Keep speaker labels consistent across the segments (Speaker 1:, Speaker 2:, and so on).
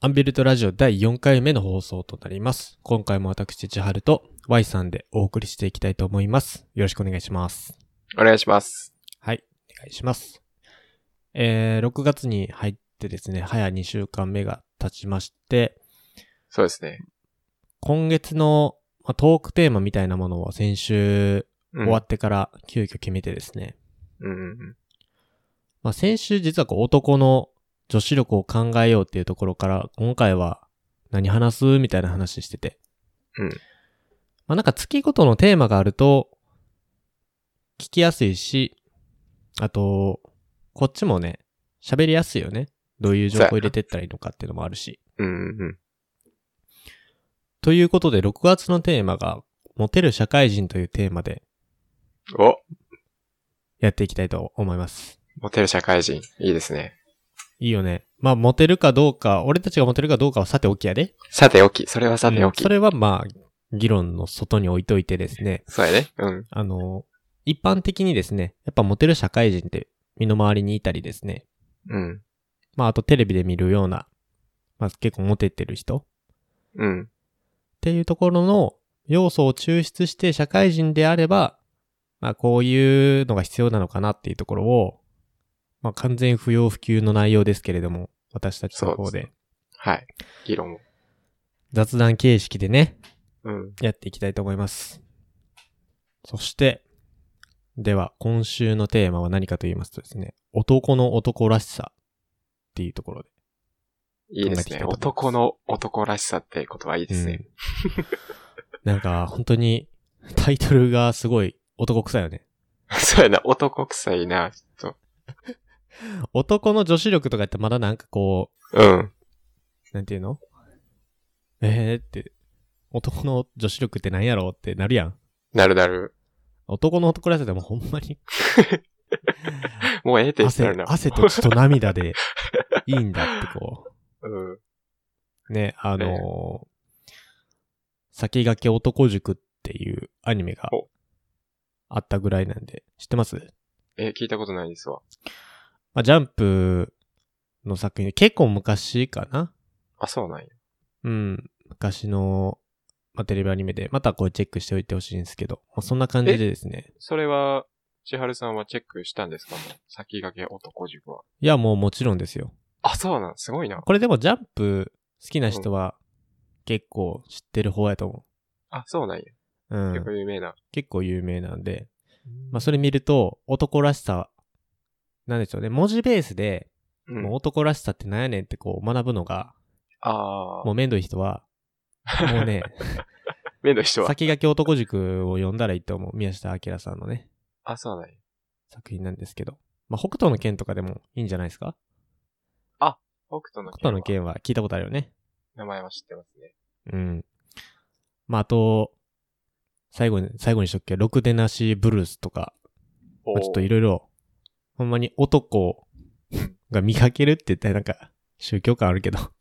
Speaker 1: アンビルトラジオ第4回目の放送となります。今回も私、千春と Y さんでお送りしていきたいと思います。よろしくお願いします。
Speaker 2: お願いします。
Speaker 1: はい、お願いします。えー、6月に入ってですね、早2週間目が経ちまして、
Speaker 2: そうですね。
Speaker 1: 今月の、まあ、トークテーマみたいなものを先週
Speaker 2: うん、
Speaker 1: 終わってから急遽決めてですね、
Speaker 2: うんうん
Speaker 1: まあ、先週実はこう男の女子力を考えようっていうところから、今回は何話すみたいな話してて。
Speaker 2: うん
Speaker 1: まあ、なんか月ごとのテーマがあると、聞きやすいし、あと、こっちもね、喋りやすいよね。どういう情報入れてったらいいのかっていうのもあるし。
Speaker 2: うん。うんうん
Speaker 1: ということで、6月のテーマが、モテる社会人というテーマで
Speaker 2: うん。お、
Speaker 1: やっていきたいと思います。
Speaker 2: モテる社会人。いいですね。
Speaker 1: いいよね。まあ、モテるかどうか、俺たちがモテるかどうかはさておきやで。
Speaker 2: さておき。それはさてお
Speaker 1: うん
Speaker 2: き。
Speaker 1: それはまあ、議論の外に置いといてですね、
Speaker 2: そうやね。うん。
Speaker 1: あの、一般的にですね、やっぱモテる社会人って身の回りにいたりですね、
Speaker 2: うん。
Speaker 1: まああとテレビで見るような、まあ結構モテてる人っ
Speaker 2: うん。
Speaker 1: ていうところの要素を抽出して社会人であれば、まあこういうのが必要なのかなっていうところを、まあ完全不要不急の内容ですけれども、私たちの方
Speaker 2: そうで
Speaker 1: で
Speaker 2: はい。議論を。
Speaker 1: 雑談形式でね、
Speaker 2: うん。
Speaker 1: やっていきたいと思います。そして、では、今週のテーマは何かと言いますとですね、男の男らしさっていうところで。
Speaker 2: いいです
Speaker 1: 考えていきたい
Speaker 2: ね。
Speaker 1: と思います
Speaker 2: 男の男らしさってことはいいですね。
Speaker 1: うん、なんか、本当に、タイトルがすごい男臭いよね。
Speaker 2: そうやな。男臭いな。ちょっ
Speaker 1: 男の女子力とかってまだなんかこ
Speaker 2: と。うん。
Speaker 1: う、なんていうのえーって、男の女子力って何やろうってなるやん。
Speaker 2: なるなる。
Speaker 1: 男の男らしさでもほんまに
Speaker 2: もうええって言って
Speaker 1: 汗
Speaker 2: るな、。
Speaker 1: 汗と血と涙でいいんだってこう。
Speaker 2: うん。
Speaker 1: ね、あのー
Speaker 2: え
Speaker 1: 先駆け男塾っていうアニメが
Speaker 2: お
Speaker 1: あったぐらいなんで、知ってます、
Speaker 2: え、聞いたことないですわ。
Speaker 1: まあ、ジャンプの作品で結構昔かな
Speaker 2: あ、そうなんや。
Speaker 1: うん、昔の、まあ、テレビアニメで、またこれチェックしておいてほしいんですけど、まあ、そんな感じでですね。
Speaker 2: それは、千春さんはチェックしたんですかもう先駆け男塾は。
Speaker 1: いや、もうもちろんですよ。
Speaker 2: あ、そうなん。すごいな。
Speaker 1: これでもジャンプ好きな人は結構知ってる方やと思
Speaker 2: あ、そうなんや。
Speaker 1: う。う
Speaker 2: 結構
Speaker 1: ん、
Speaker 2: 有名な。
Speaker 1: 結構有名なんで、まあ、
Speaker 2: あ、
Speaker 1: それ見ると、男らしさ、なんでしょうね。文字ベースで、
Speaker 2: うん
Speaker 1: もう男らしさってなんやねんってこう学ぶのが、
Speaker 2: あ
Speaker 1: も
Speaker 2: あ、
Speaker 1: うめんどい人は、もう ね、
Speaker 2: 目の人は。
Speaker 1: 先駆け男塾を読んだらいいと思う。宮下明さんのね、
Speaker 2: あ、そうなんや。
Speaker 1: 作品なんですけど。まあ、北斗の剣とかでもいいんじゃないですか
Speaker 2: 北斗の
Speaker 1: 北斗の剣
Speaker 2: 剣は
Speaker 1: は聞いたことあるよね。
Speaker 2: 名前は知ってますね。
Speaker 1: うん。まあ、あと、最後に、最後にしとくけど、ろくでなしブルースとか、
Speaker 2: お
Speaker 1: まあ、ちょっといろいろ、ほんまに男が見かけるって言ったらなんか宗教感あるけど。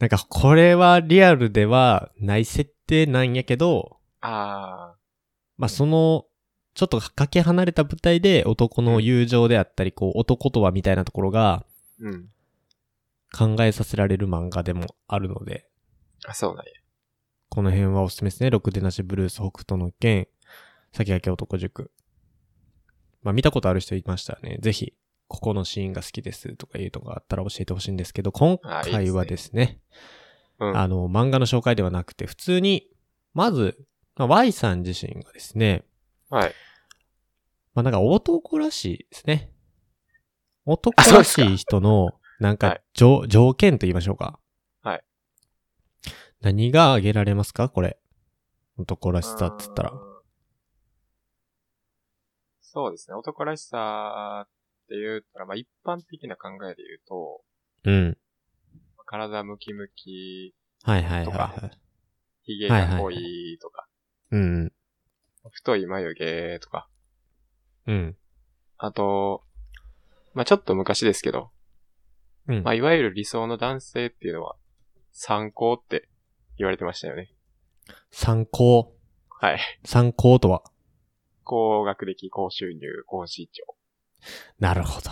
Speaker 1: なんかこれはリアルではない設定なんやけど、
Speaker 2: あ
Speaker 1: まあその、ちょっとかけ離れた舞台で男の友情であったり、こう男とはみたいなところが
Speaker 2: ー、うん。
Speaker 1: 考えさせられる漫画でもあるので、
Speaker 2: あ、そうなんや。
Speaker 1: この辺はおすすめですね。ろくでなしブルース北斗の剣、先駆け男塾。まあ見たことある人いましたらね。ぜひ、ここのシーンが好きですとかいうのがあったら教えてほしいんですけど、今回はですね、
Speaker 2: う
Speaker 1: あ
Speaker 2: ん。
Speaker 1: の、漫画の紹介ではなくて、普通に、まず、まあ、Y さん自身がですね、
Speaker 2: はい。
Speaker 1: まあなんか男らしいですね。男らしい人の、なん
Speaker 2: は
Speaker 1: か
Speaker 2: い、
Speaker 1: 条条件と言いましょうか。
Speaker 2: はい。
Speaker 1: 何が挙げられますかこれ。男らしさって言ったら
Speaker 2: うー。ん。そうですね。男らしさって言ったら、まあ一般的な考えで言うと、
Speaker 1: うん。
Speaker 2: 体ムキムキ、
Speaker 1: はいはいはい
Speaker 2: と
Speaker 1: は
Speaker 2: か
Speaker 1: い。
Speaker 2: 髭が濃いとか、
Speaker 1: うん。
Speaker 2: 太い眉毛とか、
Speaker 1: うん。
Speaker 2: あと、まあちょっと昔ですけど、
Speaker 1: うん
Speaker 2: まあいわゆる理想の男性っていうのは、参考って言われてましたよね。
Speaker 1: 参考。
Speaker 2: はい。
Speaker 1: 参考とは。
Speaker 2: 高学歴、高収入、高身長。
Speaker 1: なるほど。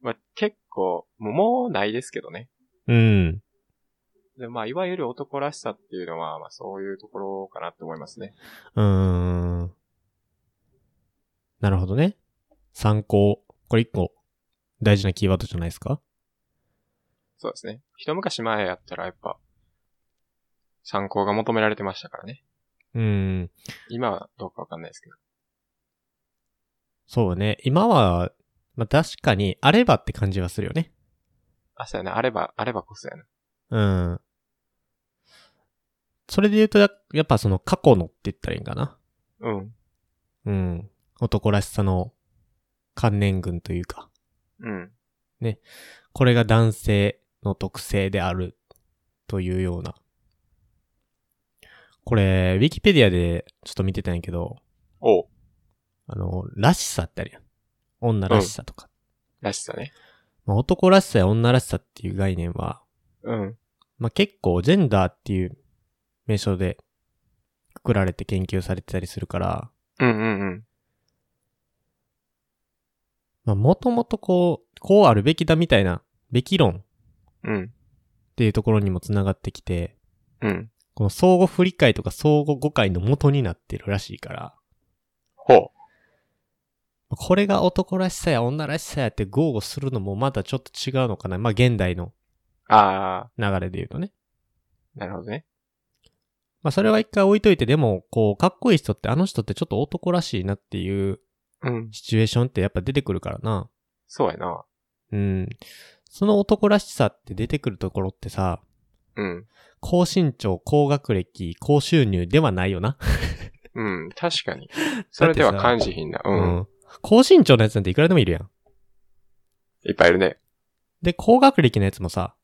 Speaker 2: まあ、結構、もうもうないですけどね。
Speaker 1: うん。
Speaker 2: で、まあ、いわゆる男らしさっていうのは、まあ、そういうところかなって思いますね。
Speaker 1: うーん。なるほどね。参考。これ一個、大事なキーワードじゃないですか
Speaker 2: そうですね。一昔前やったら、やっぱ、参考が求められてましたからね。
Speaker 1: うん。
Speaker 2: 今はどうかわかんないですけど。
Speaker 1: そうね。今は、まあ、確かに、あればって感じはするよね。
Speaker 2: あ、そうやな。あれば、あればこそやな。
Speaker 1: うん。それで言うと、ややっぱその過去のって言ったらいいんかな。
Speaker 2: うん。
Speaker 1: うん。男らしさの観念群というか、
Speaker 2: うん。
Speaker 1: これが男性の特性であるというような。これ、ウィキペディアでちょっと見てたんやけど、
Speaker 2: おう。
Speaker 1: あの、らしさってあるやん。女らしさとか。
Speaker 2: らしさね。
Speaker 1: まあ、男らしさや女らしさっていう概念は、
Speaker 2: うん。
Speaker 1: まあ、結構ジェンダーっていう名称でくくられて研究されてたりするから、
Speaker 2: うんうんうん。
Speaker 1: まあ、もともとこう、こうあるべきだみたいな、べき論っ
Speaker 2: うん。
Speaker 1: ていうところにもつながってきて、
Speaker 2: うん。
Speaker 1: この相互不理解とか相互誤解の元になってるらしいから、
Speaker 2: ほう。
Speaker 1: これが男らしさや女らしさやって豪語するのもまたちょっと違うのかな。まあ、現代の
Speaker 2: あ
Speaker 1: 流れで言うとね。
Speaker 2: ー、なるほどね。
Speaker 1: まあ、それは一回置いといて、でも、こう、かっこいい人ってあの人ってちょっと男らしいなっていう
Speaker 2: うん。
Speaker 1: シチュエーションってやっぱ出てくるからな。
Speaker 2: そうやな。
Speaker 1: うん。その男らしさって出てくるところってさ、
Speaker 2: うん。
Speaker 1: 高身長、高学歴、高収入ではないよな。
Speaker 2: うん。確かに。それで は
Speaker 1: だってさ
Speaker 2: 感じひんな。うん。。
Speaker 1: 高身長のやつなんていくらでもいるやん。
Speaker 2: いっぱいいるね。
Speaker 1: で、高学歴のやつもさ、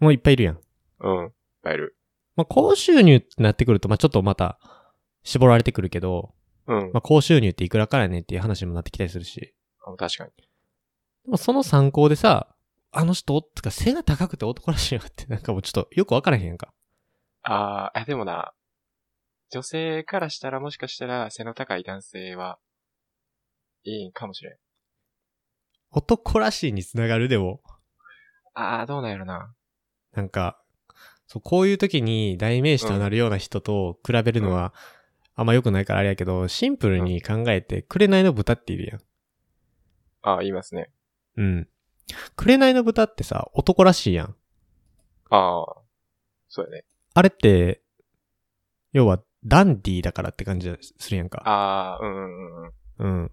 Speaker 1: もういっぱいいるやん。
Speaker 2: うん。いっぱいいる。
Speaker 1: まあ、高収入ってなってくると、まあ、ちょっとまた、絞られてくるけど、
Speaker 2: うん。
Speaker 1: まあ、高収入っていくらからやねんっていう話にもなってきたりするし。
Speaker 2: あ確かに。
Speaker 1: でもその参考でさ、あの人、つか背が高くて男らしいよって、なんかもうちょっとよくわからへんやんか。
Speaker 2: あー、あでもな、女性からしたらもしかしたら背の高い男性は、いいんかもしれん。
Speaker 1: 男らしいにつながるでも。
Speaker 2: あー、どうなんやろな。
Speaker 1: なんか、そう、こういう時に代名詞となるような人と比べるのは、あんま良くないからあれやけど、シンプルに考えて、紅の豚っているやん。
Speaker 2: あー、言いますね。
Speaker 1: うん。紅の豚ってさ、男らしいやん。
Speaker 2: あー、そうやね。
Speaker 1: あれって、要は、ダンディーだからって感じするやんか。
Speaker 2: あー、うんうんうんうん。
Speaker 1: うん。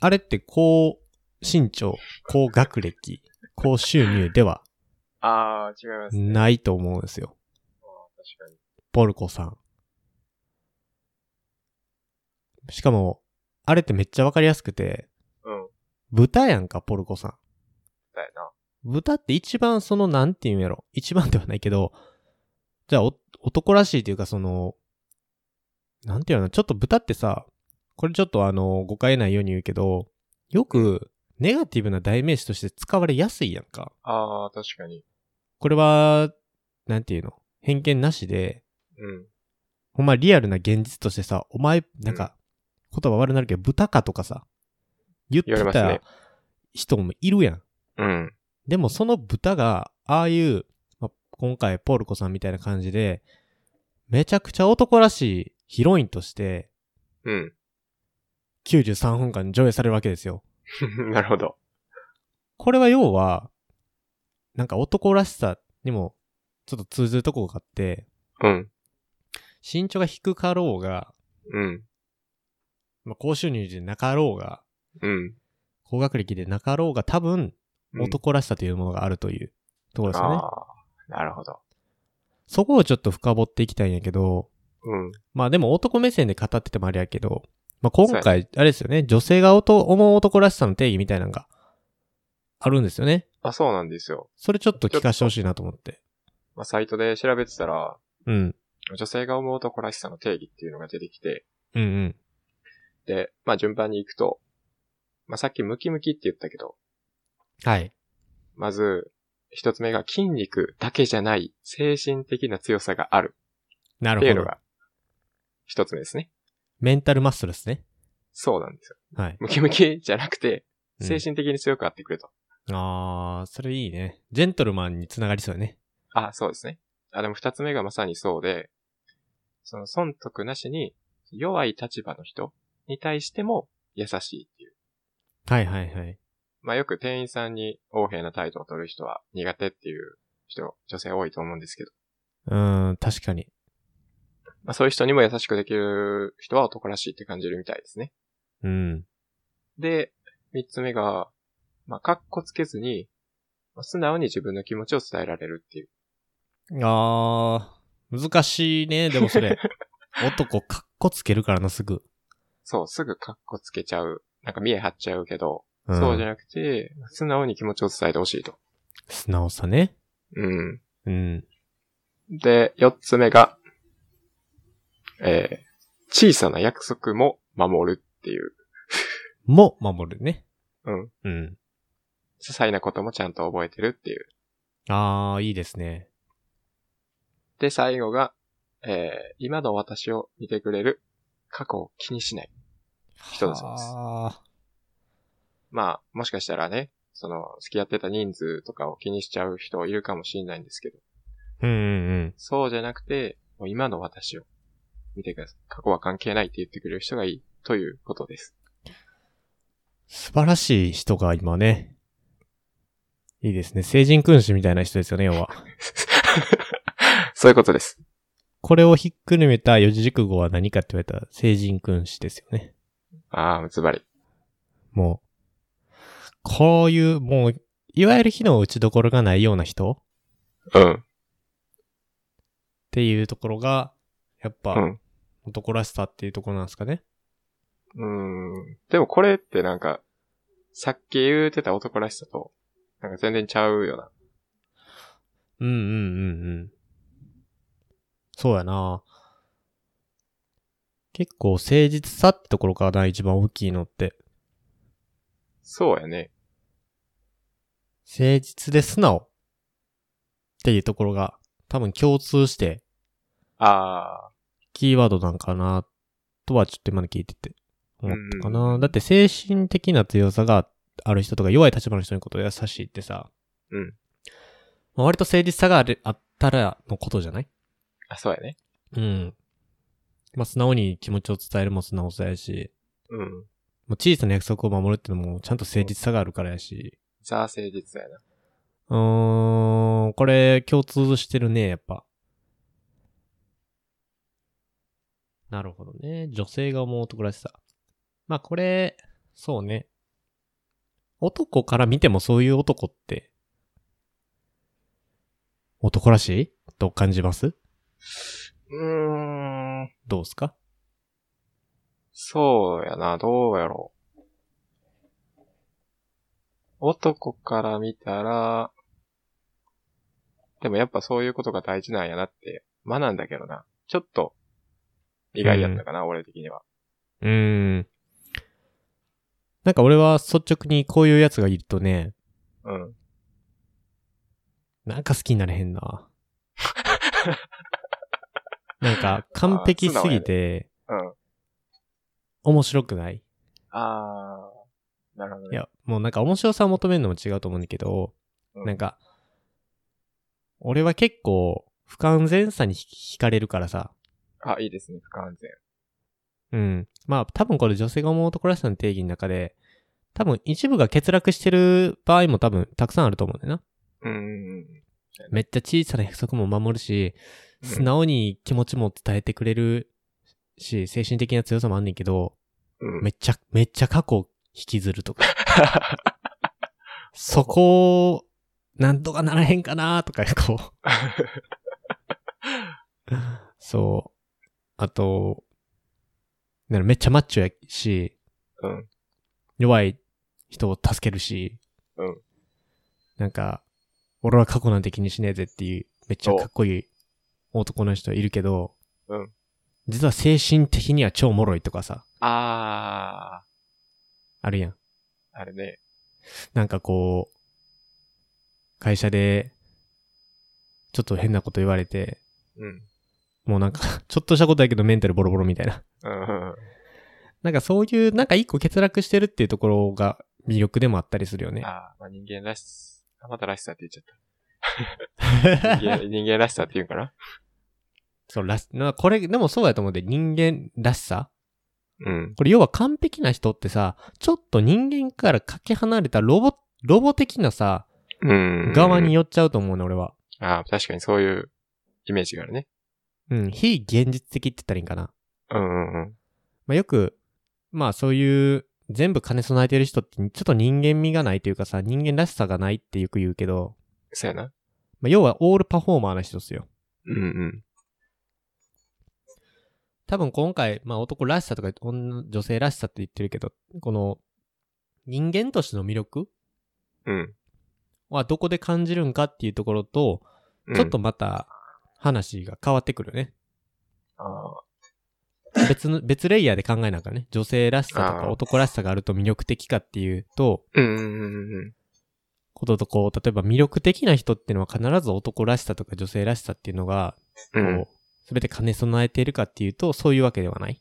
Speaker 1: あれって、高身長、高学歴、高収入では
Speaker 2: あー、違います。
Speaker 1: ないと思うんですよ。
Speaker 2: 確かに。
Speaker 1: ポルコさん。しかも、あれってめっちゃわかりやすくて、
Speaker 2: うん。
Speaker 1: 豚やんか、ポルコさ
Speaker 2: だよな。
Speaker 1: ん。豚って一番その、なんていうんやろ。一番ではないけど、じゃあお、男らしいというかその、なんていうの、ちょっと豚ってさ、これちょっとあの、誤解ないように言うけど、よく、ネガティブな代名詞として使われやすいやんか。
Speaker 2: あー、確かに。
Speaker 1: これは、なんていうの、偏見なしで、
Speaker 2: うん。
Speaker 1: ほんまリアルな現実としてさ、お前、なんか、言葉悪なるけど、豚かとかさ、言って
Speaker 2: 言われます
Speaker 1: た
Speaker 2: ね
Speaker 1: 人もいるやん。
Speaker 2: うん。
Speaker 1: でもその豚が、ああいう、まあ今回ポルコさんみたいな感じで、めちゃくちゃ男らしいヒロインとして、
Speaker 2: うん。
Speaker 1: 93分間上映されるわけですよ。
Speaker 2: なるほど。
Speaker 1: これは要は、なんか男らしさにも、ちょっと通ずるとこがあって、
Speaker 2: うん。
Speaker 1: 身長が低かろうが、
Speaker 2: うん。
Speaker 1: まあ、高収入でなかろうが、
Speaker 2: うん。
Speaker 1: 高学歴でなかろうが多分
Speaker 2: うん
Speaker 1: 男らしさというものがあるというところですよね。
Speaker 2: あー、なるほど。
Speaker 1: そこをちょっと深掘っていきたいんやけど、
Speaker 2: うん。
Speaker 1: まあでも男目線で語っててもあれやけど、まあ今回、あれですよね、女性がおと思う男らしさの定義みたいなのがあるんですよね。
Speaker 2: あ、そうなんですよ。
Speaker 1: それちょっと聞かせてほしいなと思って。
Speaker 2: まあ、サイトで調べてたら、
Speaker 1: うん。
Speaker 2: 女性が思う男らしさの定義っていうのが出てきて、
Speaker 1: うんうん。
Speaker 2: で、まあ順番に行くと、まあさっきムキムキって言ったけど、
Speaker 1: はい。
Speaker 2: まず、一つ目が筋肉だけじゃない精神的な強さがある
Speaker 1: な
Speaker 2: ってい
Speaker 1: る
Speaker 2: う
Speaker 1: ほ
Speaker 2: の
Speaker 1: ど。
Speaker 2: が、一つ目ですね。
Speaker 1: メンタルマッスルですね。
Speaker 2: そうなんですよ。
Speaker 1: はい。
Speaker 2: ムキムキじゃなくて、
Speaker 1: うん
Speaker 2: 精神的に強くあってくれと。
Speaker 1: あー、それいいね。ジェントルマンにつながりそうやね。
Speaker 2: あ、そうですね。あ、でも二つ目がまさにそうで、その損得なしに弱い立場の人に対しても優しいっていう。
Speaker 1: はいはいはい。
Speaker 2: まあよく店員さんに横柄な態度を取る人は苦手っていう人、女性多いと思うんですけど、
Speaker 1: うーん、確かに。
Speaker 2: まあそういう人にも優しくできる人は男らしいって感じるみたいですね。
Speaker 1: うん。
Speaker 2: で、三つ目が、まあ、かっこつけずに、まあ素直に自分の気持ちを伝えられるっていう。
Speaker 1: あー、難しいね、でもそ れ。男、かっこつけるからな、すぐ。
Speaker 2: そう、すぐかっこつけちゃう。なんか見え張っちゃうけど、
Speaker 1: ん、
Speaker 2: そうじゃなくて、素直に気持ちを伝えてほしいと。
Speaker 1: 素直さね。
Speaker 2: うん。
Speaker 1: うん。
Speaker 2: で、四つ目が、えー、小さな約束も守るっていう。
Speaker 1: も、守るね。
Speaker 2: うん。
Speaker 1: うん。
Speaker 2: 些細なこともちゃんと覚えてるっていう。
Speaker 1: あー、いいですね。
Speaker 2: で、最後が、えー、今の私を見てくれる、過去を気にしない。人だそうです
Speaker 1: あ
Speaker 2: まあ、もしかしたらね、その、付き合ってた人数とかを気にしちゃう人いるかもしれないんですけど、
Speaker 1: ー。うんうんうん。
Speaker 2: そうじゃなくて、もう今の私を見てください。過去は関係ないって言ってくれる人がいい、ということです。
Speaker 1: 素晴らしい人が今ね。いいですね。成人君子みたいな人ですよね、要は。
Speaker 2: そういうことです。
Speaker 1: これをひっくるめた四字熟語は何かって言われたら成人君子ですよね。
Speaker 2: ああ、ズバリ。
Speaker 1: もう。こういう、もう、いわゆる火の打ちどころがないような人っ
Speaker 2: うん。
Speaker 1: ていうところが、やっ
Speaker 2: う
Speaker 1: ぱ、
Speaker 2: ん。
Speaker 1: 男らしさっていうところなんですかね。
Speaker 2: うん。でもこれってなんか、さっき言うてた男らしさと、なんか全然ちゃうよな。
Speaker 1: うんうんうんうん。そうやな結構誠実さってところかな、一番大きいのって。
Speaker 2: そうやね。
Speaker 1: 誠実で素直っていうところが多分共通して
Speaker 2: ああ、
Speaker 1: キーワードなんかなとはちょっと今の聞いてて思ったかな。だって精神的な強さがある人とか弱い立場の人のことを優しいってさ、
Speaker 2: うん。
Speaker 1: まあ割と誠実さがあるあったらのことじゃない
Speaker 2: あ、そうやね。
Speaker 1: うん。まあ素直に気持ちを伝えるも素直さやし、
Speaker 2: うん。
Speaker 1: もう小さな約束を守るってのもちゃんと誠実さがあるからやし、
Speaker 2: ザ誠実やな。
Speaker 1: うーん、これ共通してるね、やっぱ。なるほどね。女性が思う男らしさ。まあこれ、そうね。男から見てもそういう男って、男らしいと感じます
Speaker 2: うーん。
Speaker 1: どうすか
Speaker 2: そうやな、どうやろう。男から見たら、でもやっぱそういうことが大事なんやなって、学んだけどな。ちょっと、意外やったかな、俺的には。
Speaker 1: うーん。なんか俺は率直にこういうやつがいるとね、
Speaker 2: うん。
Speaker 1: なんか好きになれへんな。なんか完璧すぎて
Speaker 2: うん。
Speaker 1: 面白くない
Speaker 2: あー、なるほど
Speaker 1: い
Speaker 2: ね。
Speaker 1: や、もうなんか面白さを求めるのも違うと思うんだけど、
Speaker 2: うん
Speaker 1: なんか、俺は結構不完全さに惹かれるからさ、
Speaker 2: あ、いいですね、不完全。
Speaker 1: うん。まあ多分これ女性が思うところらしさの定義の中で、多分一部が欠落してる場合も多分たくさんあると思うんだよな。
Speaker 2: うん。
Speaker 1: めっちゃ小さな約束も守るし、
Speaker 2: うん
Speaker 1: 素直に気持ちも伝えてくれるし、精神的な強さもあんねんけど、
Speaker 2: うん。
Speaker 1: めっちゃ、めっちゃ過去を引きずる とか。そこを、なんとかならへんかなとか、 こう。そう。あと、なんかめっちゃマッチョやし、
Speaker 2: うん。
Speaker 1: 弱い人を助けるし、
Speaker 2: うん
Speaker 1: なんか、俺は過去なんて気にしねえぜっていう、めっちゃかっこいい男の人いるけど、
Speaker 2: うん
Speaker 1: 実は精神的には超脆いとかさ、
Speaker 2: あ
Speaker 1: あるやん。
Speaker 2: ー、あれね。
Speaker 1: なんかこう、会社で、ちょっと変なこと言われて、
Speaker 2: うん。
Speaker 1: もうなんか、 ちょっとしたことだけどメンタルボロボロみたいな。
Speaker 2: うん。
Speaker 1: なんかそういう、なんか一個欠落してるっていうところが魅力でもあったりするよね。
Speaker 2: ああ、まあ人間らしさ、あまたらしさって言っちゃった。 人間人間らしさって言うんかな
Speaker 1: そう、らし、な、これ、でもそうやと思うんで、人間らしさ
Speaker 2: うん。
Speaker 1: これ要は完璧な人ってさ、ちょっと人間からかけ離れたロボ、ロボ的なさ、
Speaker 2: うん。
Speaker 1: 側に寄っちゃうと思うね、俺は。
Speaker 2: ああ、確かにそういうイメージがあるね。
Speaker 1: うん、非現実的って言ったらいいんかな。
Speaker 2: うんうんうん。
Speaker 1: まあ、よく、まあそういう、全部兼ね備えてる人って、ちょっと人間味がないというかさ、人間らしさがないってよく言うけど、
Speaker 2: そうやな。
Speaker 1: まあ、要はオールパフォーマーな人ですよ。
Speaker 2: うんうん。
Speaker 1: 多分今回、まあ男らしさとか女女性らしさって言ってるけど、この人間としての魅力
Speaker 2: うん。
Speaker 1: はどこで感じるんかっていうところと、
Speaker 2: うん
Speaker 1: ちょっと。また話が変わってくるね。
Speaker 2: ああ、
Speaker 1: 別の、別レイヤーで考えながらね、女性らしさと
Speaker 2: あ
Speaker 1: か
Speaker 2: ー
Speaker 1: 男らしさがあると魅力的かっていうと、
Speaker 2: うんうんうんうん。
Speaker 1: こととこう、例えば魅力的な人っていうのは必ず男らしさとか女性らしさっていうのが、こ
Speaker 2: うん
Speaker 1: う、すべて兼ね備えているかっていうと、そういうわけではない。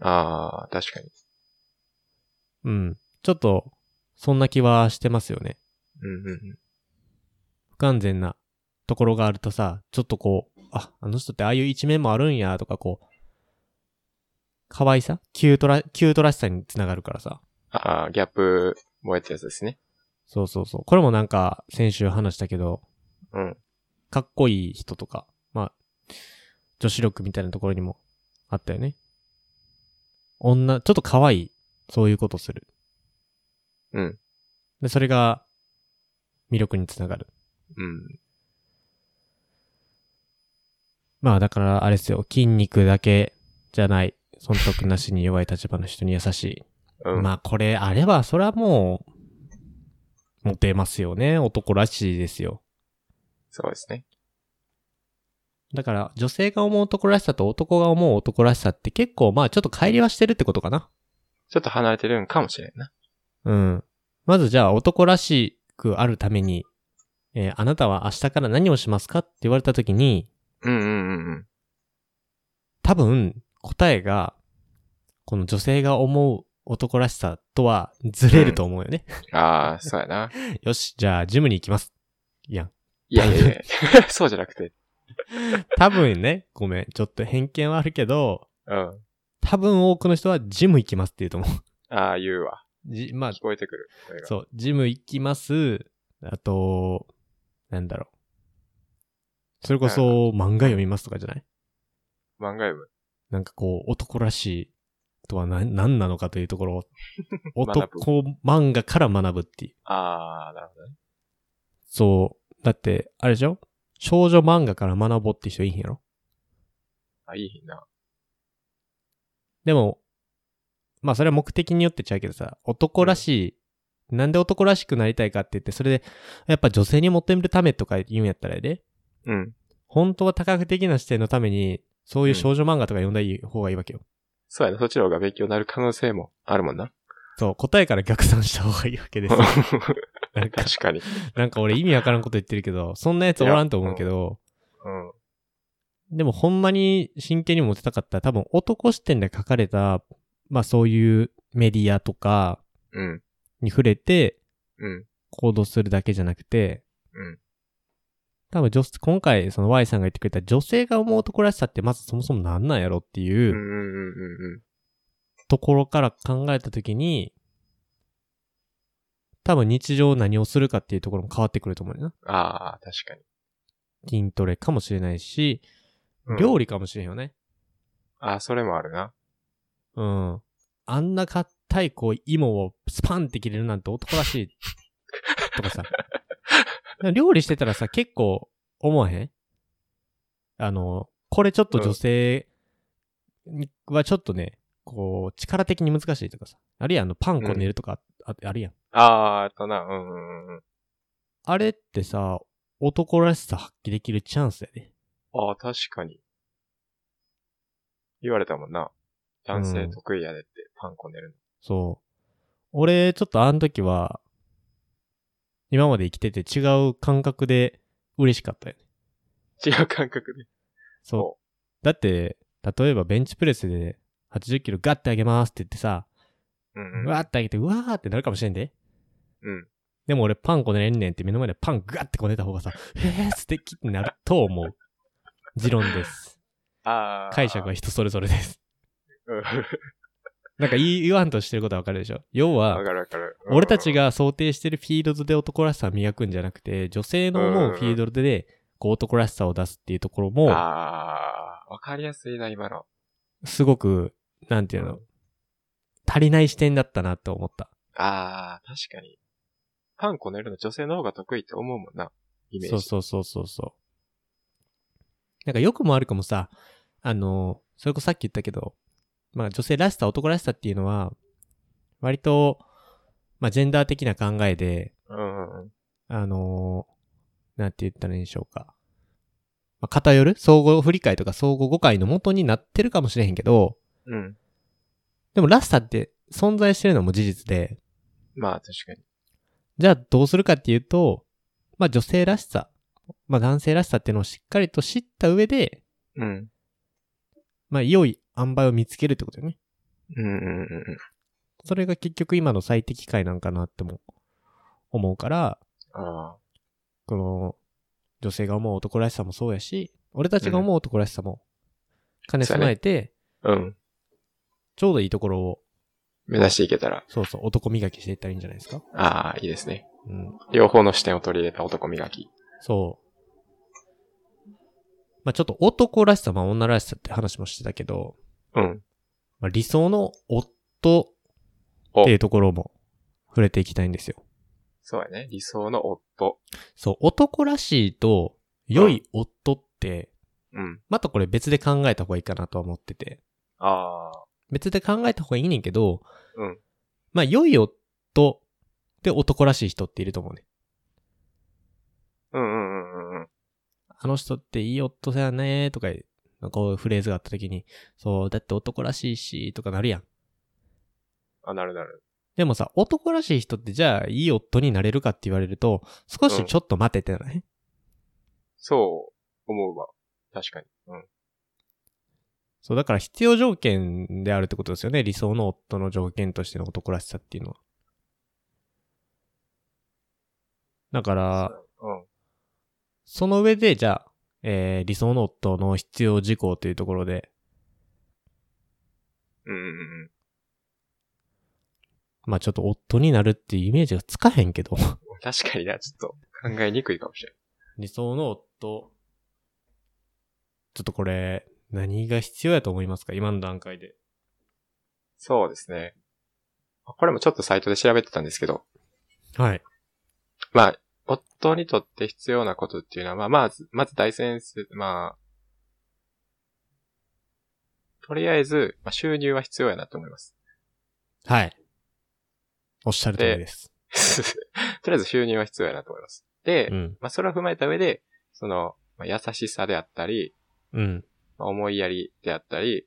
Speaker 2: ああ、確かに。
Speaker 1: うん。ちょっと、そんな気はしてますよね。
Speaker 2: うんうん
Speaker 1: 不完全なところがあるとさ、ちょっとこう、あ、あの人ってああいう一面もあるんや、とかこう、可愛さキュートら、キュートらしさにつながるからさ。
Speaker 2: ああ、ギャップ燃えってやつですね。
Speaker 1: そうそうそう。これもなんか、先週話したけど、
Speaker 2: うん。
Speaker 1: かっこいい人とか、まあ、女子力みたいなところにもあったよね。女、ちょっと可愛い、そういうことする。
Speaker 2: うん。
Speaker 1: で、それが、魅力につながる。
Speaker 2: うん。
Speaker 1: まあだからあれですよ、筋肉だけじゃない、損得なしに弱い立場の人に優しい。
Speaker 2: うん。
Speaker 1: まあこれ、あれば、それはもう、モテますよね。男らしいですよ。
Speaker 2: そうですね。
Speaker 1: だから、女性が思う男らしさと男が思う男らしさって結構、まあちょっと乖離はしてるってことかな。
Speaker 2: ちょっと離れてるんかもしれんな。
Speaker 1: うん。まずじゃあ男らしくあるために、えーあなたは明日から何をしますかって言われた時に、
Speaker 2: うんうんうんうん。
Speaker 1: 多分答えが、この女性が思う男らしさとはずれると思うよね。
Speaker 2: ああ、そうやな。
Speaker 1: よし、じゃあジムに行きます。いや、
Speaker 2: いやいやい や、 そうじゃなくて。
Speaker 1: 多分ね、ごめん、ちょっと偏見はあるけど、
Speaker 2: うん。
Speaker 1: 多分多くの人はジム行きますって言うと思
Speaker 2: ああ、言うわ。
Speaker 1: う。じまあ
Speaker 2: 聞、こえてくる。それが
Speaker 1: そう、ジム行きます。あと、なんだろう。それこそ漫画読みますとかじゃない
Speaker 2: 漫画読む。
Speaker 1: なんかこう、男らしいとは何何なのかというところを、
Speaker 2: 学ぶ
Speaker 1: 男漫画から学ぶっていう。
Speaker 2: ああ、なるほどね。
Speaker 1: そう。だって、あれでしょ少女漫画から学ぼうって人いいんやろ
Speaker 2: あ、いいな。
Speaker 1: でも、まあそれは目的によってちゃうけどさ、男らしい、なんで男らしくなりたいかって言って、それで、やっぱ女性に求めるためとか言うんやったらやで、
Speaker 2: うん。
Speaker 1: 本当は多角的な視点のために、そういう少女漫画とか読んだ方がいいわけよ。
Speaker 2: そうやな。そっちの方が勉強になる可能性もあるもん な。
Speaker 1: そう、答えから逆算した方がいいわけですよ。 なんか、
Speaker 2: 確かに。
Speaker 1: なんか俺意味わからんこと言ってるけど、そんなやつおらんと思うけど、
Speaker 2: うん。
Speaker 1: でもほんまに真剣に持てたかったら多分男視点で書かれた、まあそういうメディアとか
Speaker 2: うん。
Speaker 1: に触れて
Speaker 2: うん。
Speaker 1: 行動するだけじゃなくて、
Speaker 2: うん。
Speaker 1: 多分女、今回その Y さんが言ってくれた女性が思う男らしさってまずそもそもなんなんやろってい
Speaker 2: うんう
Speaker 1: う
Speaker 2: んうんうんうん。
Speaker 1: ところから考えたときに、多分日常何をするかっていうところも変わってくると思うよな。
Speaker 2: ああ、確かに。
Speaker 1: 筋トレかもしれないし、
Speaker 2: うん
Speaker 1: 料理かもしれんよね。
Speaker 2: ああ、それもあるな。
Speaker 1: うん。あんな硬い、こう、芋をスパンって切れるなんて男ら しい。とかさ。料理してたらさ、結構、思わへんあの、これちょっと女性にはちょっとね、こう、力的に難しいとかさ。あるいはあの、パンこねるとか、ああるやん。
Speaker 2: ああ、とな。うんうんうんうん。
Speaker 1: あれってさ、男らしさ発揮できるチャンスやで。
Speaker 2: ああ、確かに。言われたもんな。男性得意やでって、パンこねるの。
Speaker 1: そう。俺、ちょっとあの時は、今まで生きてて違う感覚で嬉しかったよね。
Speaker 2: 違う感覚で。
Speaker 1: そう。だって、例えばベンチプレスで80キロガッて上げますって言ってさ、
Speaker 2: うんう。
Speaker 1: うんわーって上げて、うわーってなるかもしれんで。
Speaker 2: うん。
Speaker 1: でも俺パンこねんねんって目の前でパンガッてこねた方が さ、へえ、素敵ってなると思う。持論です。
Speaker 2: ああ。
Speaker 1: 解釈は人それぞれです。
Speaker 2: うん。
Speaker 1: なんか言い言わんとしてることはわかるでしょ要
Speaker 2: わ
Speaker 1: は、
Speaker 2: かるわかる。
Speaker 1: 俺たち
Speaker 2: が、
Speaker 1: が想定してるフィールドで男らしさを磨くんじゃなくて、女性の思うフィールドで、こう男らしさを出すっていうところも、
Speaker 2: ああ、わかりやすいな、今の。
Speaker 1: すごく、なんていうの、足りない視点だったなと思った。
Speaker 2: ああ、確かに。パンこねるの女性の方が得意って思うもんな。イメージ。
Speaker 1: そうそうそうそうそう。なんか良くも悪くもさ、あの、それこそさっき言ったけど、まあ女性らしさ、男らしさっていうのは、割と、まあジェンダー的な考えで、
Speaker 2: う。うんうん。
Speaker 1: あの、なんて言ったらいいんでしょうか。まあ、偏る相互振り会とか相互誤解の元になってるかもしれへんけど、
Speaker 2: うん。
Speaker 1: でもらしさって存在してるのも事実で、
Speaker 2: まあ、確かに。
Speaker 1: じゃあどうするかっていうと、まあ女性らしさ、まあ男性らしさっていうのをしっかりと知った上で、
Speaker 2: うん。
Speaker 1: まあ、良い塩梅を見つけるってことよね。
Speaker 2: うんうんうんうん。
Speaker 1: それが結局今の最適解なんかなっても思うから、
Speaker 2: あ
Speaker 1: この、女性が思う男らしさもそうやし、俺たちが思う男らしさも兼ね備えて、
Speaker 2: あ。うん。
Speaker 1: ちょうどいいところを、
Speaker 2: 目指していけたら。
Speaker 1: そうそう、男磨きしていったらいいんじゃないですか。
Speaker 2: ああ、いいですね。
Speaker 1: うん。
Speaker 2: 両方の視点を取り入れた男磨き。
Speaker 1: そう。まあ、ちょっと男らしさ、まあ、女らしさって話もしてたけど、
Speaker 2: うん。
Speaker 1: まあ、理想の夫っていうところも触れていきたいんですよ。
Speaker 2: そうやね。理想の夫。
Speaker 1: そう、男らしいと、良い夫って、
Speaker 2: うん。
Speaker 1: またこれ別で考えた方がいいかなとは思ってて。
Speaker 2: ああ。
Speaker 1: 別で考えた方がいいねんけど、
Speaker 2: うん。
Speaker 1: まあ、良い夫で男らしい人っていると思うね。
Speaker 2: うんうんうんうんうん。
Speaker 1: あの人っていい夫だよねとか、こういうフレーズがあった時に、そう、だって男らしいし、とかなるやん。
Speaker 2: あ、なるなる。
Speaker 1: でもさ、男らしい人ってじゃあ、いい夫になれるかって言われると、少しちょっと待てってない、
Speaker 2: そう、思うわ。確かに。うん。
Speaker 1: そう、だから必要条件であるってことですよね。理想の夫の条件としての男らしさっていうのは。だから、
Speaker 2: うん。
Speaker 1: その上で、じゃあ、えー、理想の夫の必要事項というところで、
Speaker 2: うんうんうんうん。
Speaker 1: まあちょっと夫になるっていうイメージがつかへんけど、
Speaker 2: 確かにな、ちょっと考えにくいかもしれ
Speaker 1: 理想の夫、ちょっとこれ、何が必要やと思いますか今の段階で。
Speaker 2: ん。そうですね。これもちょっとサイトで調べてたんですけど、
Speaker 1: はい。
Speaker 2: まあ、夫にとって必要なことっていうのは、まあ、まず、まず大先生、まあ、とりあえず、まあ、収入は必要やなと思います。
Speaker 1: はい。おっしゃる通りです。
Speaker 2: とりあえず収入は必要やなと思います。で、
Speaker 1: うん。
Speaker 2: まあ、それを踏まえた上で、その、まあ、優しさであったり、
Speaker 1: うん。
Speaker 2: まあ思いやりであったり、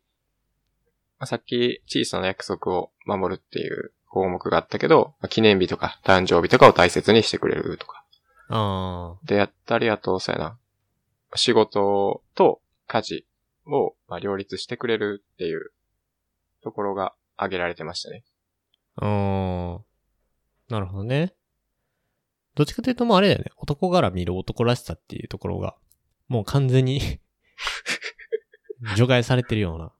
Speaker 2: まあ、さっき小さな約束を守るっていう項目があったけど、まあ記念日とか誕生日とかを大切にしてくれるとか、
Speaker 1: あ
Speaker 2: であったり、あと、そうやな、仕事と家事をまあ両立してくれるっていうところが挙げられてましたね。
Speaker 1: ー。あー。なるほどね。どっちかというともうあれだよね。男から見る男らしさっていうところが、もう完全 に、除外されてるような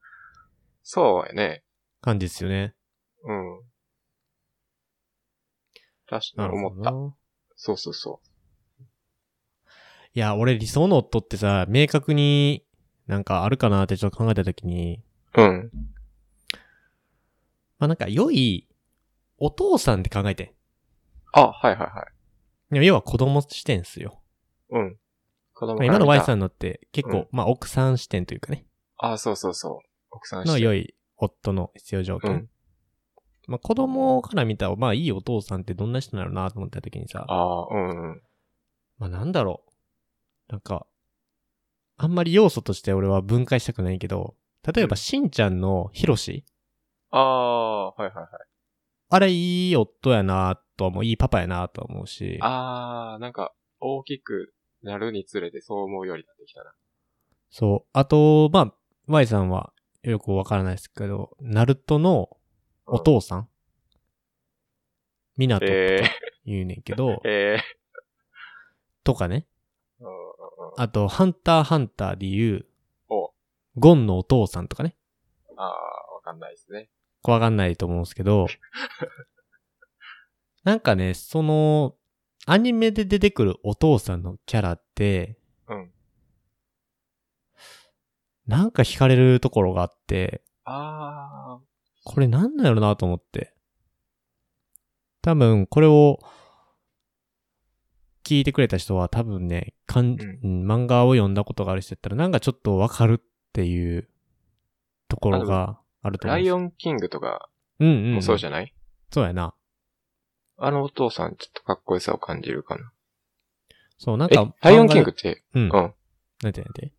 Speaker 2: そうやね。
Speaker 1: 感じですよね。
Speaker 2: うん。確か
Speaker 1: な
Speaker 2: に
Speaker 1: る
Speaker 2: 思
Speaker 1: ほ
Speaker 2: っ
Speaker 1: ど
Speaker 2: た。
Speaker 1: な。
Speaker 2: そうそうそ
Speaker 1: いや、俺理想の夫ってさ、明確になんかあるかなってちょっと考えたときに、
Speaker 2: う。うん。
Speaker 1: まあなんか良いお父さんって考えて。
Speaker 2: あ、はいはいはい。
Speaker 1: でも要は子供視点っすよ。
Speaker 2: うん。子供
Speaker 1: まあ今の Y さ
Speaker 2: ん。
Speaker 1: んのって結
Speaker 2: う
Speaker 1: 構、まあ奥さん視点というかね、
Speaker 2: あ、そうそうそう。奥さ
Speaker 1: の
Speaker 2: んして
Speaker 1: 良い夫の必要条件。
Speaker 2: うん
Speaker 1: まあ子供から見たら、まあいいお父さんってどんな人なのなと思った時にさ、
Speaker 2: ああ、うんうん。
Speaker 1: まあなんだろう。なんか、あんまり要素として俺は分解したくないけど、例えばしんちゃんのヒロシ、
Speaker 2: ああ、はいはいはい。
Speaker 1: あれいい夫やなとは思う、いいパパやなとは思うし、
Speaker 2: ああ、なんか、大きくなるにつれてそう思うようになってきたな。
Speaker 1: そう。あと、まあ、Y さんはよくわからないですけど、ナルトのお父さん、ミナトとか、
Speaker 2: え、
Speaker 1: 言うねんけど
Speaker 2: え
Speaker 1: とかね。
Speaker 2: ー、うん
Speaker 1: あと、ハンターハンターで言う
Speaker 2: お、
Speaker 1: ゴンのお父さんとかね。
Speaker 2: ああ、わかんないですね。
Speaker 1: わかんないと思うんですけ ど、なんかね、その、アニメで出てくるお父さんのキャラって、
Speaker 2: うん。
Speaker 1: なんか惹かれるところがあって、
Speaker 2: ああ、
Speaker 1: これなんだろうなと思って。多分、これを、聞いてくれた人は多分ね、かん、うん漫画を読んだことがある人だったら、なんかちょっとわかるっていうところがあると思
Speaker 2: ラ
Speaker 1: うんです
Speaker 2: イ
Speaker 1: よ。
Speaker 2: オンキングとか
Speaker 1: うんうん。
Speaker 2: もそうじゃない、
Speaker 1: そうやな。
Speaker 2: あのお父さん、ちょっとかっこよさを感じるかな。
Speaker 1: そう、なん
Speaker 2: え
Speaker 1: か、、
Speaker 2: ライオンキングって、
Speaker 1: 漫
Speaker 2: う
Speaker 1: 画でう
Speaker 2: ん。
Speaker 1: ん。なんてなんて。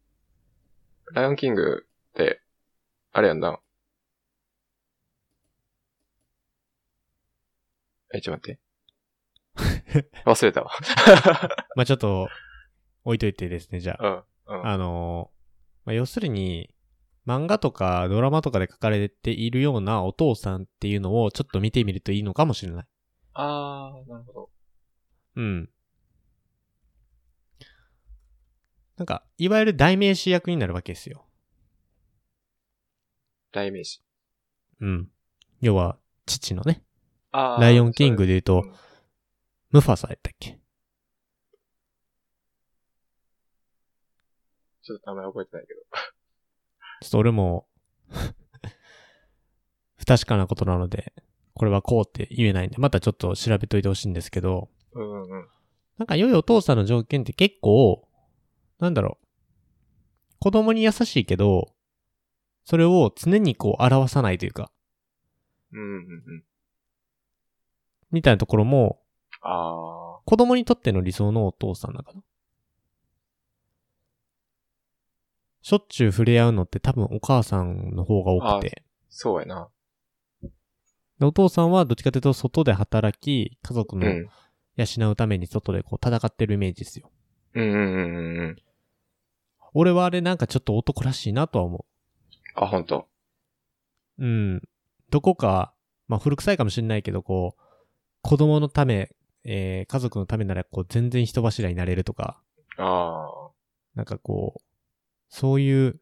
Speaker 2: ライオンキングって、あれやんな。え、ちょっと 待って。忘れたわ。
Speaker 1: まあちょっと、置いといてですね、じゃあ。
Speaker 2: うん。うん。
Speaker 1: あのーまあ、要するに、漫画とかドラマとかで書かれているようなお父さんっていうのをちょっと見てみるといいのかもしれない。
Speaker 2: あー、なるほど。
Speaker 1: うん。なんか、いわゆる代名詞役になるわけですよ。
Speaker 2: 代名詞。
Speaker 1: うん。要は、父のね、
Speaker 2: あー
Speaker 1: ライオンキングで言うと、
Speaker 2: そうです
Speaker 1: ムファサやったっけ
Speaker 2: ちょっと名前覚えてないけど。
Speaker 1: ちょっと俺も、不確かなことなので、これはこうって言えないんで、またちょっと調べといてほしいんですけど、
Speaker 2: うんうんうん。
Speaker 1: なんか良いお父さんの条件って結構、なんだろう、子供に優しいけど、それを常にこう表さないというか、
Speaker 2: うんうんうん。
Speaker 1: みたいなところも、
Speaker 2: あ
Speaker 1: 子供にとっての理想のお父さんだから。しょっちゅう触れ合うのって多分お母さんの方が多くて。
Speaker 2: ー、そうやな。
Speaker 1: でお父さんはどっちかというと外で働き、家族
Speaker 2: うん。
Speaker 1: の養うために外でこう戦ってるイメージですよ。
Speaker 2: うんうんうんうんうん。
Speaker 1: 俺はあれなんかちょっと男らしいなとは思
Speaker 2: あ、ほんと。
Speaker 1: う。うん。どこか、まあ古臭いかもしれないけど、こう、子供のため、えー家族のためならこう全然人柱になれるとか、
Speaker 2: あー。
Speaker 1: なんかこう、そういう、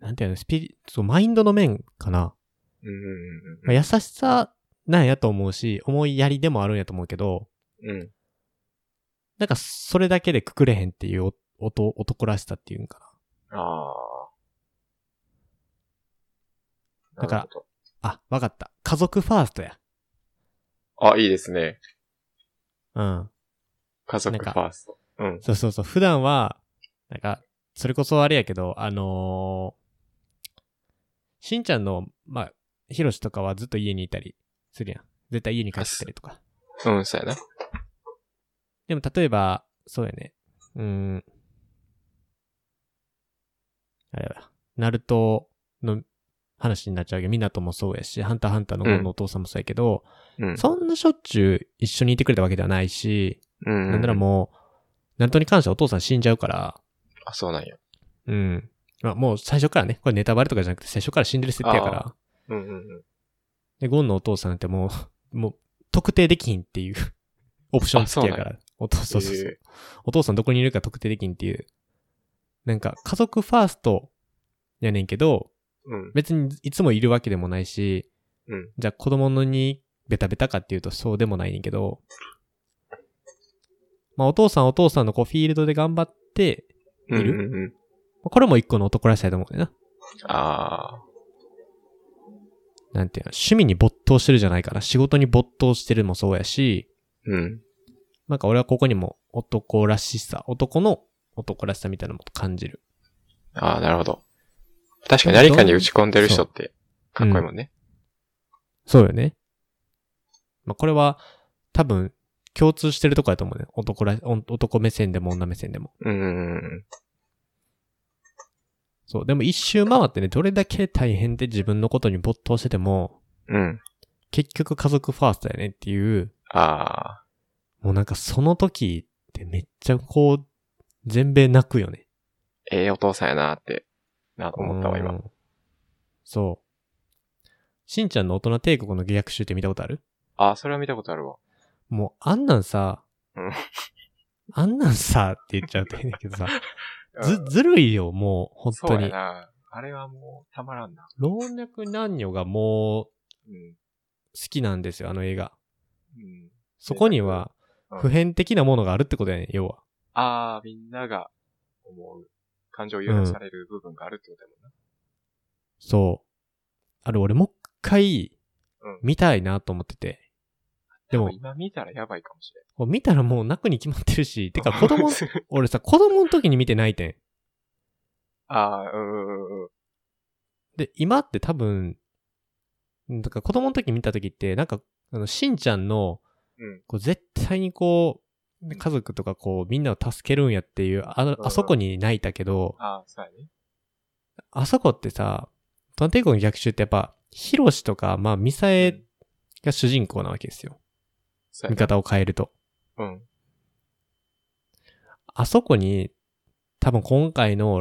Speaker 1: なんていうの、スピリ、そう、マインドの面かな。
Speaker 2: うんうん
Speaker 1: まあ、優しさなんやと思うし、思いやりでもあるんやと思うけど、
Speaker 2: うんうん。うん。
Speaker 1: なんかそれだけでくくれへんっていうおお男らしさっていうんかな。
Speaker 2: ああ。
Speaker 1: だから
Speaker 2: なるほど
Speaker 1: あ、わかった。家族ファーストや。
Speaker 2: あ、いいですね。
Speaker 1: うん。
Speaker 2: 家族
Speaker 1: なん
Speaker 2: フ
Speaker 1: か
Speaker 2: ァースト。うん。
Speaker 1: そうそうそう。普段は、なんか、それこそあれやけど、あのーしんちゃんの、まあ、ひろしとかはずっと家にいたりするやん。絶対家に帰ってたりとか。
Speaker 2: うん、そうやな。
Speaker 1: でも例えば、そうやね。うーん。あれは、ナルトの話になっちゃうけど、ミナトもそうやし、ハンターハンターの方のお父さんもそうやけど、
Speaker 2: うん。
Speaker 1: そんなしょっちゅう一緒にいてくれたわけではないし、
Speaker 2: うん。
Speaker 1: なんならもう、ナルトに関してはお父さん死んじゃうから、
Speaker 2: あ、そうなんや。
Speaker 1: うん。まあもう最初からね、これネタバレとかじゃなくて最初から死んでる設定やから、
Speaker 2: うんうんうん。
Speaker 1: で、ゴンのお父さんなんてもう、もう特定できひんっていう オプション付きやから、お父そうそうそう
Speaker 2: え
Speaker 1: お父さんどこにいるか特定できんっていう、なんか家族ファーストやねんけど、
Speaker 2: ーうん。
Speaker 1: 別にいつもいるわけでもないし、
Speaker 2: うん
Speaker 1: じゃあ子供のにベタベタかっていうとそうでもないねんけど、まあお父さんお父さんのこうフィールドで頑張って、
Speaker 2: うん
Speaker 1: いる
Speaker 2: うんうん。
Speaker 1: まあこれも一個の男らしさやと思うねんだよ
Speaker 2: あ
Speaker 1: な。なんていうの、趣味に没頭してるじゃないかな。仕事に没頭してるもそうやし、
Speaker 2: ー。うん。
Speaker 1: なんか俺はここにも男らしさ、男の男らしさみたいなのも感じる。
Speaker 2: ああ、なるほど。確かに何かに打ち込んでる人って、かっこいいもんね。
Speaker 1: そうよね。まあこれは多分共通してるとこやと思うね。男ら、男目線でも女目線でも。
Speaker 2: うんうんうん。
Speaker 1: そう。でも一周回ってね、どれだけ大変で自分のことに没頭してても、
Speaker 2: うん。
Speaker 1: 結局家族ファーストやねっていう、
Speaker 2: ああ。
Speaker 1: もうなんかその時ってめっちゃこう、全米泣くよね。
Speaker 2: ええお父さんやなーって、な、思ったわ、
Speaker 1: う
Speaker 2: 今。
Speaker 1: んそう。しんちゃんの大人帝国の逆襲って見たことある
Speaker 2: ああ、それは見たことあるわ。
Speaker 1: もう、あんなんさ
Speaker 2: うん、
Speaker 1: あんなんさって言っちゃうと変だけどさ、
Speaker 2: う
Speaker 1: ず
Speaker 2: ん、
Speaker 1: ずるいよ、もう、本
Speaker 2: そ
Speaker 1: 当
Speaker 2: うや
Speaker 1: に。
Speaker 2: な。あれはもう、たまらんな。
Speaker 1: 老若男女がも
Speaker 2: うん。
Speaker 1: う、好きなんですよ、あの映画。
Speaker 2: うん。
Speaker 1: そこには、
Speaker 2: うん
Speaker 1: 普遍的なものがあるってことやね、要は。
Speaker 2: ああ、みんなが思う、感情を揺らされる部分があるってことだもんな。
Speaker 1: そう。あれ、俺もう一回
Speaker 2: うん、
Speaker 1: 見たいなと思ってて。でも
Speaker 2: 多分今見たらやばいかもしれん。
Speaker 1: こう見たらもう泣くに決まってるし、てか子 供、
Speaker 2: あ
Speaker 1: 俺さ、子供の時に見て泣いてん。
Speaker 2: あ、うんうんうんうん。
Speaker 1: で、今って多分、だから子供の時見た時って、なんか、あの、しんちゃんの、
Speaker 2: うん
Speaker 1: こう絶対にこう、家族とかこう、みんなを助けるんやっていう、あの
Speaker 2: うん
Speaker 1: あそこに泣いたけど、
Speaker 2: ああ、そうやね。
Speaker 1: あそこってさ、探偵校の逆襲ってやっぱ、ヒロシとか、まあ、ミサ
Speaker 2: う
Speaker 1: エ
Speaker 2: ん
Speaker 1: が主人公なわけですよ。
Speaker 2: そうや
Speaker 1: 見
Speaker 2: ね。
Speaker 1: 方を変えると。
Speaker 2: うん。
Speaker 1: あそこに、多分今回の、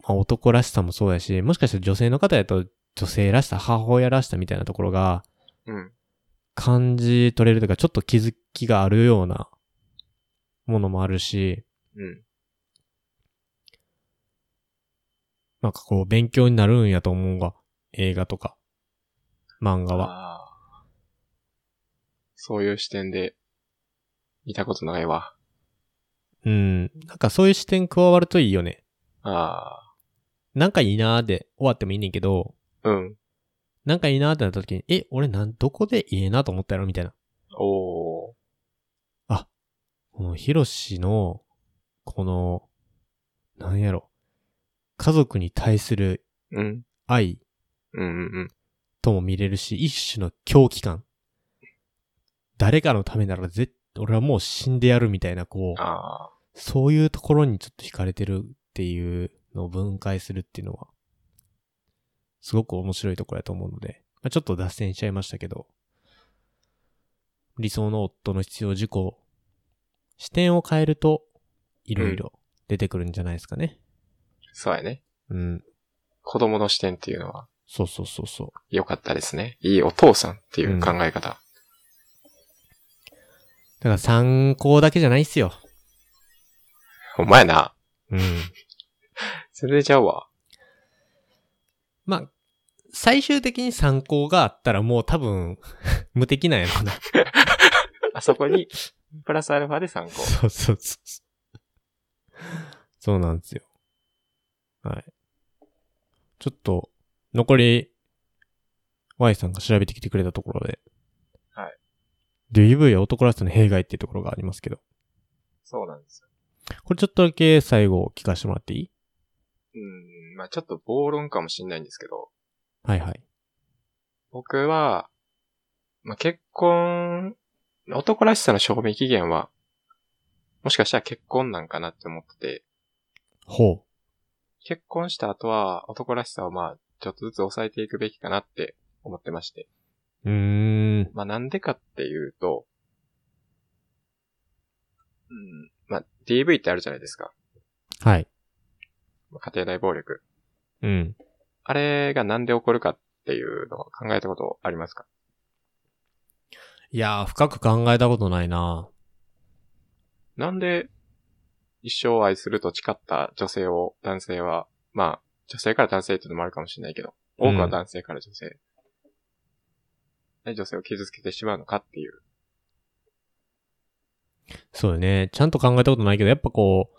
Speaker 1: まあ、男らしさもそうやし、もしかしたら女性の方やと女性らしさ、母親らしさみたいなところが
Speaker 2: うん。
Speaker 1: 感じ取れるというか、ちょっと気づきがあるようなものもあるし、
Speaker 2: うん。
Speaker 1: なんかこう勉強になるんやと思うが、映画とか、漫画は。
Speaker 2: ああ。そういう視点で、見たことないわ。
Speaker 1: うん。なんかそういう視点加わるといいよね。
Speaker 2: あ
Speaker 1: なんかいいなーで終わってもいいねんけど、
Speaker 2: あ。うん。
Speaker 1: なんかいいなーってなった時に、え、俺なん、どこでいいなと思ったやろみたいな。
Speaker 2: おー。
Speaker 1: このヒロシの、この、なんやろ、家族に対する
Speaker 2: うん。
Speaker 1: 愛
Speaker 2: うんうんうん。
Speaker 1: とも見れるし、一種の狂気感。誰かのためなら絶俺はもう死んでやるみたいな、こう、
Speaker 2: ああ。
Speaker 1: そういうところにちょっと惹かれてるっていうのを分解するっていうのは、すごく面白いところやと思うので、まあ、ちょっと脱線しちゃいましたけど、理想の夫の必要事項、視点を変えると、いろいろ出てくるんじゃないですかね。
Speaker 2: そうやね。
Speaker 1: うん。
Speaker 2: 子供の視点っていうのは
Speaker 1: そうそうそうそ
Speaker 2: 良かったですね。いいお父さんっていう考え方。
Speaker 1: う。だから参考だけじゃないっすよ。
Speaker 2: ほんまやな。
Speaker 1: うん。
Speaker 2: 全然ちゃうわ。
Speaker 1: まあ、最終的に参考があったらもう多分、 無敵なんやろうな。
Speaker 2: あそこに、プラスアルファで参考。
Speaker 1: そうそうそうそう。そうなんですよ。はい。ちょっと、残り、Y さんが調べてきてくれたところで。
Speaker 2: はい。
Speaker 1: DV や男らしさの弊害っていうところがありますけど。
Speaker 2: そうなんですよ。
Speaker 1: これちょっとだけ最後聞かせてもらっていい
Speaker 2: うん、まあちょっと暴論かもしんないんですけど、
Speaker 1: はいはい。
Speaker 2: 僕は、まあ結婚、男らしさの証明期限は、もしかしたら結婚なんかなって思ってて、
Speaker 1: ほ
Speaker 2: 結婚した後は男らしさをまあちょっとずつ抑えていくべきかなって思ってまして。
Speaker 1: う。うーん。
Speaker 2: まあなんでかっていうと、うん、まあ DV ってあるじゃないですか。
Speaker 1: はい。
Speaker 2: 家庭内暴力。
Speaker 1: うん。
Speaker 2: あれがなんで起こるかっていうのを考えたことありますか
Speaker 1: いやー、深く考えたことないな
Speaker 2: なんで、一生愛すると誓った女性を男性は、まあ、女性から男性っていうのもあるかもしれないけど、多くは男性から女性。で女性を傷つけてしまうのかっていう。
Speaker 1: そうよね。ちゃんと考えたことないけど、やっぱこ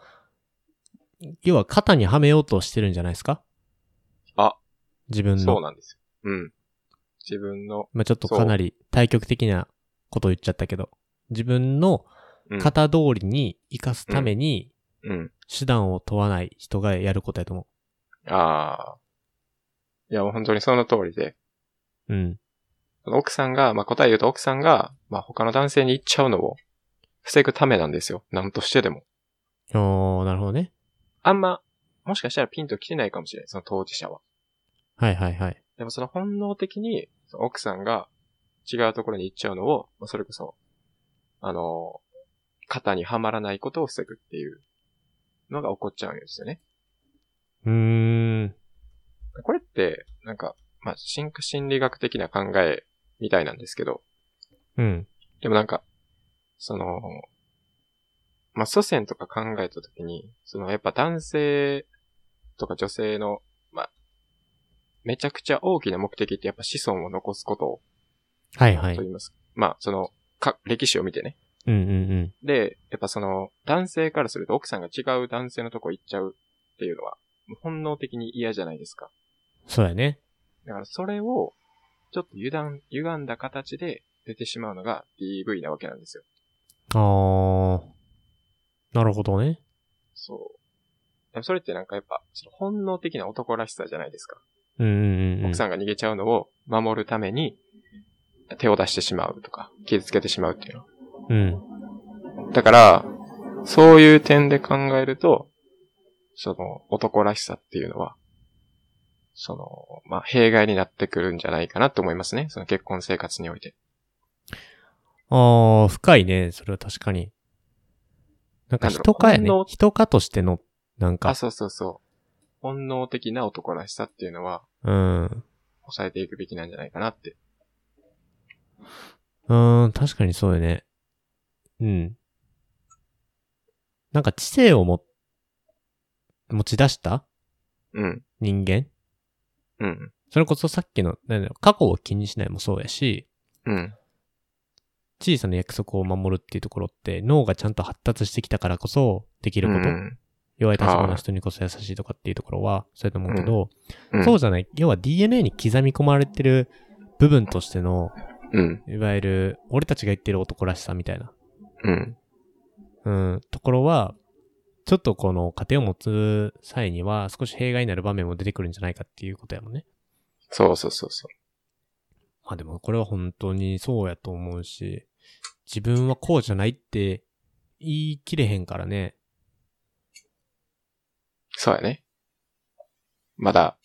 Speaker 1: う、要は肩にはめようとしてるんじゃないですか
Speaker 2: あ。
Speaker 1: 自分
Speaker 2: そう
Speaker 1: の。
Speaker 2: なんですよ。うん。自分の、
Speaker 1: まあ、ちょっとかなり対極的なことを言っちゃったけど、自分の
Speaker 2: うん。
Speaker 1: 型通りに生かすために
Speaker 2: うん。
Speaker 1: 手段を問わない人がやることやと思
Speaker 2: ああ。いや、もう本当にその通りで、
Speaker 1: う。うん。
Speaker 2: 奥さんが、まあ、答え言うと奥さんが、まあ、他の男性に行っちゃうのを防ぐためなんですよ。なんとしてでも。
Speaker 1: おー、なるほどね。
Speaker 2: あんま、もしかしたらピンと来てないかもしれない、その当事者は。
Speaker 1: はいはいはい。
Speaker 2: でもその本能的に、その奥さんが違うところに行っちゃうのを、まあそれこそ、あの、肩にはまらないことを防ぐっていうのが起こっちゃうんですよね。
Speaker 1: うーん。
Speaker 2: これって、なんか、まあ、進化心理学的な考えみたいなんですけど、
Speaker 1: うん。
Speaker 2: でもなんか、その、まあ、祖先とか考えたときに、そのやっぱ男性とか女性の、まあ、めちゃくちゃ大きな目的ってやっぱ子孫を残すこと
Speaker 1: はいは
Speaker 2: と
Speaker 1: い。
Speaker 2: 言いますか。まあ、その、か、歴史を見てね。
Speaker 1: うんうん
Speaker 2: で、やっぱその、男性からすると奥さんが違う男性のとこ行っちゃうっていうのは、本能的に嫌じゃないですか。
Speaker 1: うん。そうやね。
Speaker 2: だからそれを、ちょっと油断、歪んだ形で出てしまうのが DV なわけなんですよ。
Speaker 1: あー。なるほどね。
Speaker 2: そう。でもそれってなんかやっぱ、その本能的な男らしさじゃないですか。
Speaker 1: うんうんうん。
Speaker 2: 奥さんが逃げちゃうのを守るために、手を出してしまうとか、傷つけてしまうっていう
Speaker 1: ん。うん。
Speaker 2: の。だから、そういう点で考えると、その男らしさっていうのは、その、まあ、弊害になってくるんじゃないかなと思いますね。その結婚生活において。
Speaker 1: あー、深いね。それは確かに。なんか人かや
Speaker 2: なん
Speaker 1: ね
Speaker 2: だろう。
Speaker 1: 人かとしての、なん
Speaker 2: あ、
Speaker 1: か、
Speaker 2: そうそうそう。本能的な男らしさっていうのは、
Speaker 1: うん。う
Speaker 2: 抑えていくべきなんじゃないかなって。
Speaker 1: ーん、確かにそうやね。うん。なんか知性をも、持ち出した
Speaker 2: うん。
Speaker 1: 人間
Speaker 2: うん。
Speaker 1: それこそさっきの、なんだろう、過去を気にしないもそうやし、
Speaker 2: うん。
Speaker 1: 小さな約束を守るっていうところって脳がちゃんと発達してきたからこそできること、
Speaker 2: うん
Speaker 1: 弱い立場の人にこそ優しいとかっていうところはそうやと思うけど、
Speaker 2: うん、
Speaker 1: そうじゃない要は DNA に刻み込まれてる部分としての
Speaker 2: うん。
Speaker 1: いわゆる俺たちが言ってる男らしさみたいな、
Speaker 2: うん。
Speaker 1: うん、ところはちょっとこの家庭を持つ際には少し弊害になる場面も出てくるんじゃないかっていうことやもんね。
Speaker 2: そうそうそうそ
Speaker 1: まあでもこれは本当にそうやと思うし、自分はこうじゃないって言い切れへんからね。
Speaker 2: う。そうやね。まだ、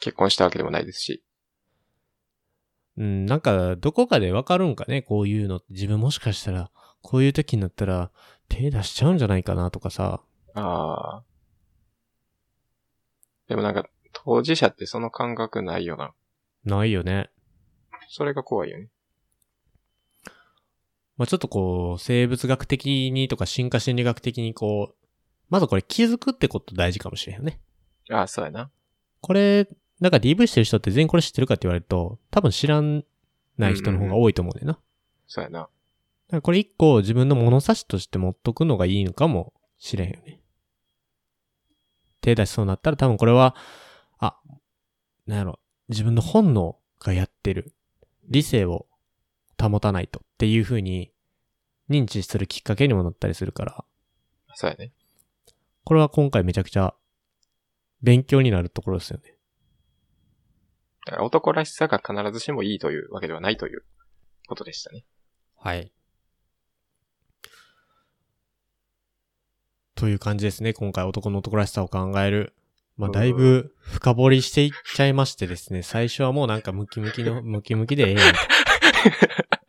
Speaker 2: 結婚したわけでもないですし。
Speaker 1: うん、なんか、どこかでわかるんかね、こういうの。自分もしかしたら、こういう時になったら、手出しちゃうんじゃないかなとかさ。
Speaker 2: ああ。でもなんか、当事者ってその感覚ないよな。
Speaker 1: ないよね。
Speaker 2: それが怖いよね。
Speaker 1: まあ、ちょっとこう、生物学的にとか進化心理学的にこう、まずこれ気づくってこと大事かもしれんよね。
Speaker 2: ああ、そうやな。
Speaker 1: これ、なんか DV してる人って全員これ知ってるかって言われると、多分知らない人の方が多いと思うねんな。
Speaker 2: そうやな。
Speaker 1: だからこれ一個自分の物差しとして持っとくのがいいのかもしれへんよね。手出しそうになったら多分これは、あ、なんやろ、自分の本能がやってる。理性を保たないとっていう風に認知するきっかけにもなったりするから、
Speaker 2: そうやね。
Speaker 1: これは今回めちゃくちゃ勉強になるところですよね。
Speaker 2: だから男らしさが必ずしもいいというわけではないということでしたね。
Speaker 1: はい。という感じですね。今回男の男らしさを考える。まあ、だいぶ深掘りしていっちゃいましてですね。最初はもうなんかムキムキの、ムキムキでええやん。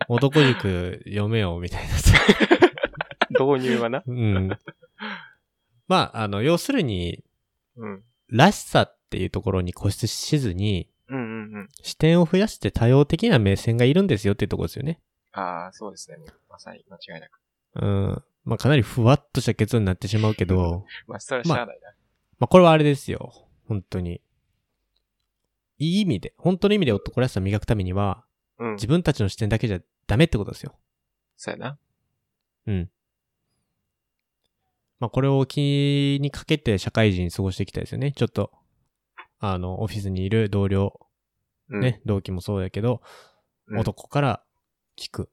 Speaker 1: 男塾読めよ、みたいなさ。
Speaker 2: 導入はな。
Speaker 1: うん。まあ、あの、要するに、
Speaker 2: うん。
Speaker 1: らしさっていうところに固執しずに、
Speaker 2: うんうんうん。
Speaker 1: 視点を増やして多様的な目線がいるんですよっていうところですよね。
Speaker 2: ああ、そうですね。まさに間違いなく。
Speaker 1: うん。まあ、かなりふわっとした結論になってしまうけど、
Speaker 2: まあ、それはしゃあないな。
Speaker 1: まあ、これはあれですよ。本当に。いい意味で、本当の意味で男らしさを磨くためには、
Speaker 2: うん。
Speaker 1: 自分たちの視点だけじゃダメってことですよ。
Speaker 2: そうやな。
Speaker 1: うん。まあ、これを気にかけて社会人過ごしていきたいですよね。ちょっと、あの、オフィスにいる同僚、
Speaker 2: うん。
Speaker 1: ね、同期もそうやけど、
Speaker 2: うん
Speaker 1: 男から聞く。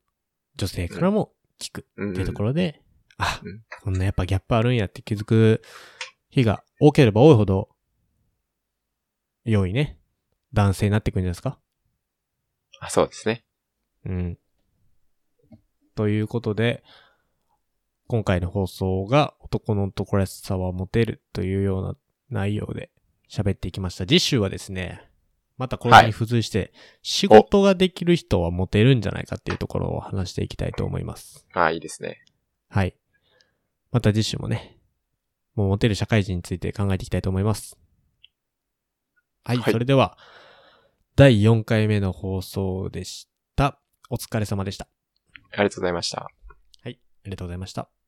Speaker 1: 女性からも聞く。
Speaker 2: うん。
Speaker 1: っていうところで、あ
Speaker 2: うん、
Speaker 1: こんなやっぱギャップあるんやって気づく日が多ければ多いほど、良いね、男性になってくるんじゃないですか
Speaker 2: あ、そうですね。
Speaker 1: うん。ということで、今回の放送が男の男らしさはモテるというような内容で喋っていきました。次週はですね、またこれに付随して、仕事ができる人はモテるんじゃないかっていうところを話していきたいと思います。
Speaker 2: ああ、いいですね。
Speaker 1: はい。また次週もね、もうモテる社会人について考えていきたいと思います。はい、
Speaker 2: はい
Speaker 1: それでは、第4回目の放送でした。お疲れ様でした。
Speaker 2: ありがとうございました。
Speaker 1: はい。ありがとうございました。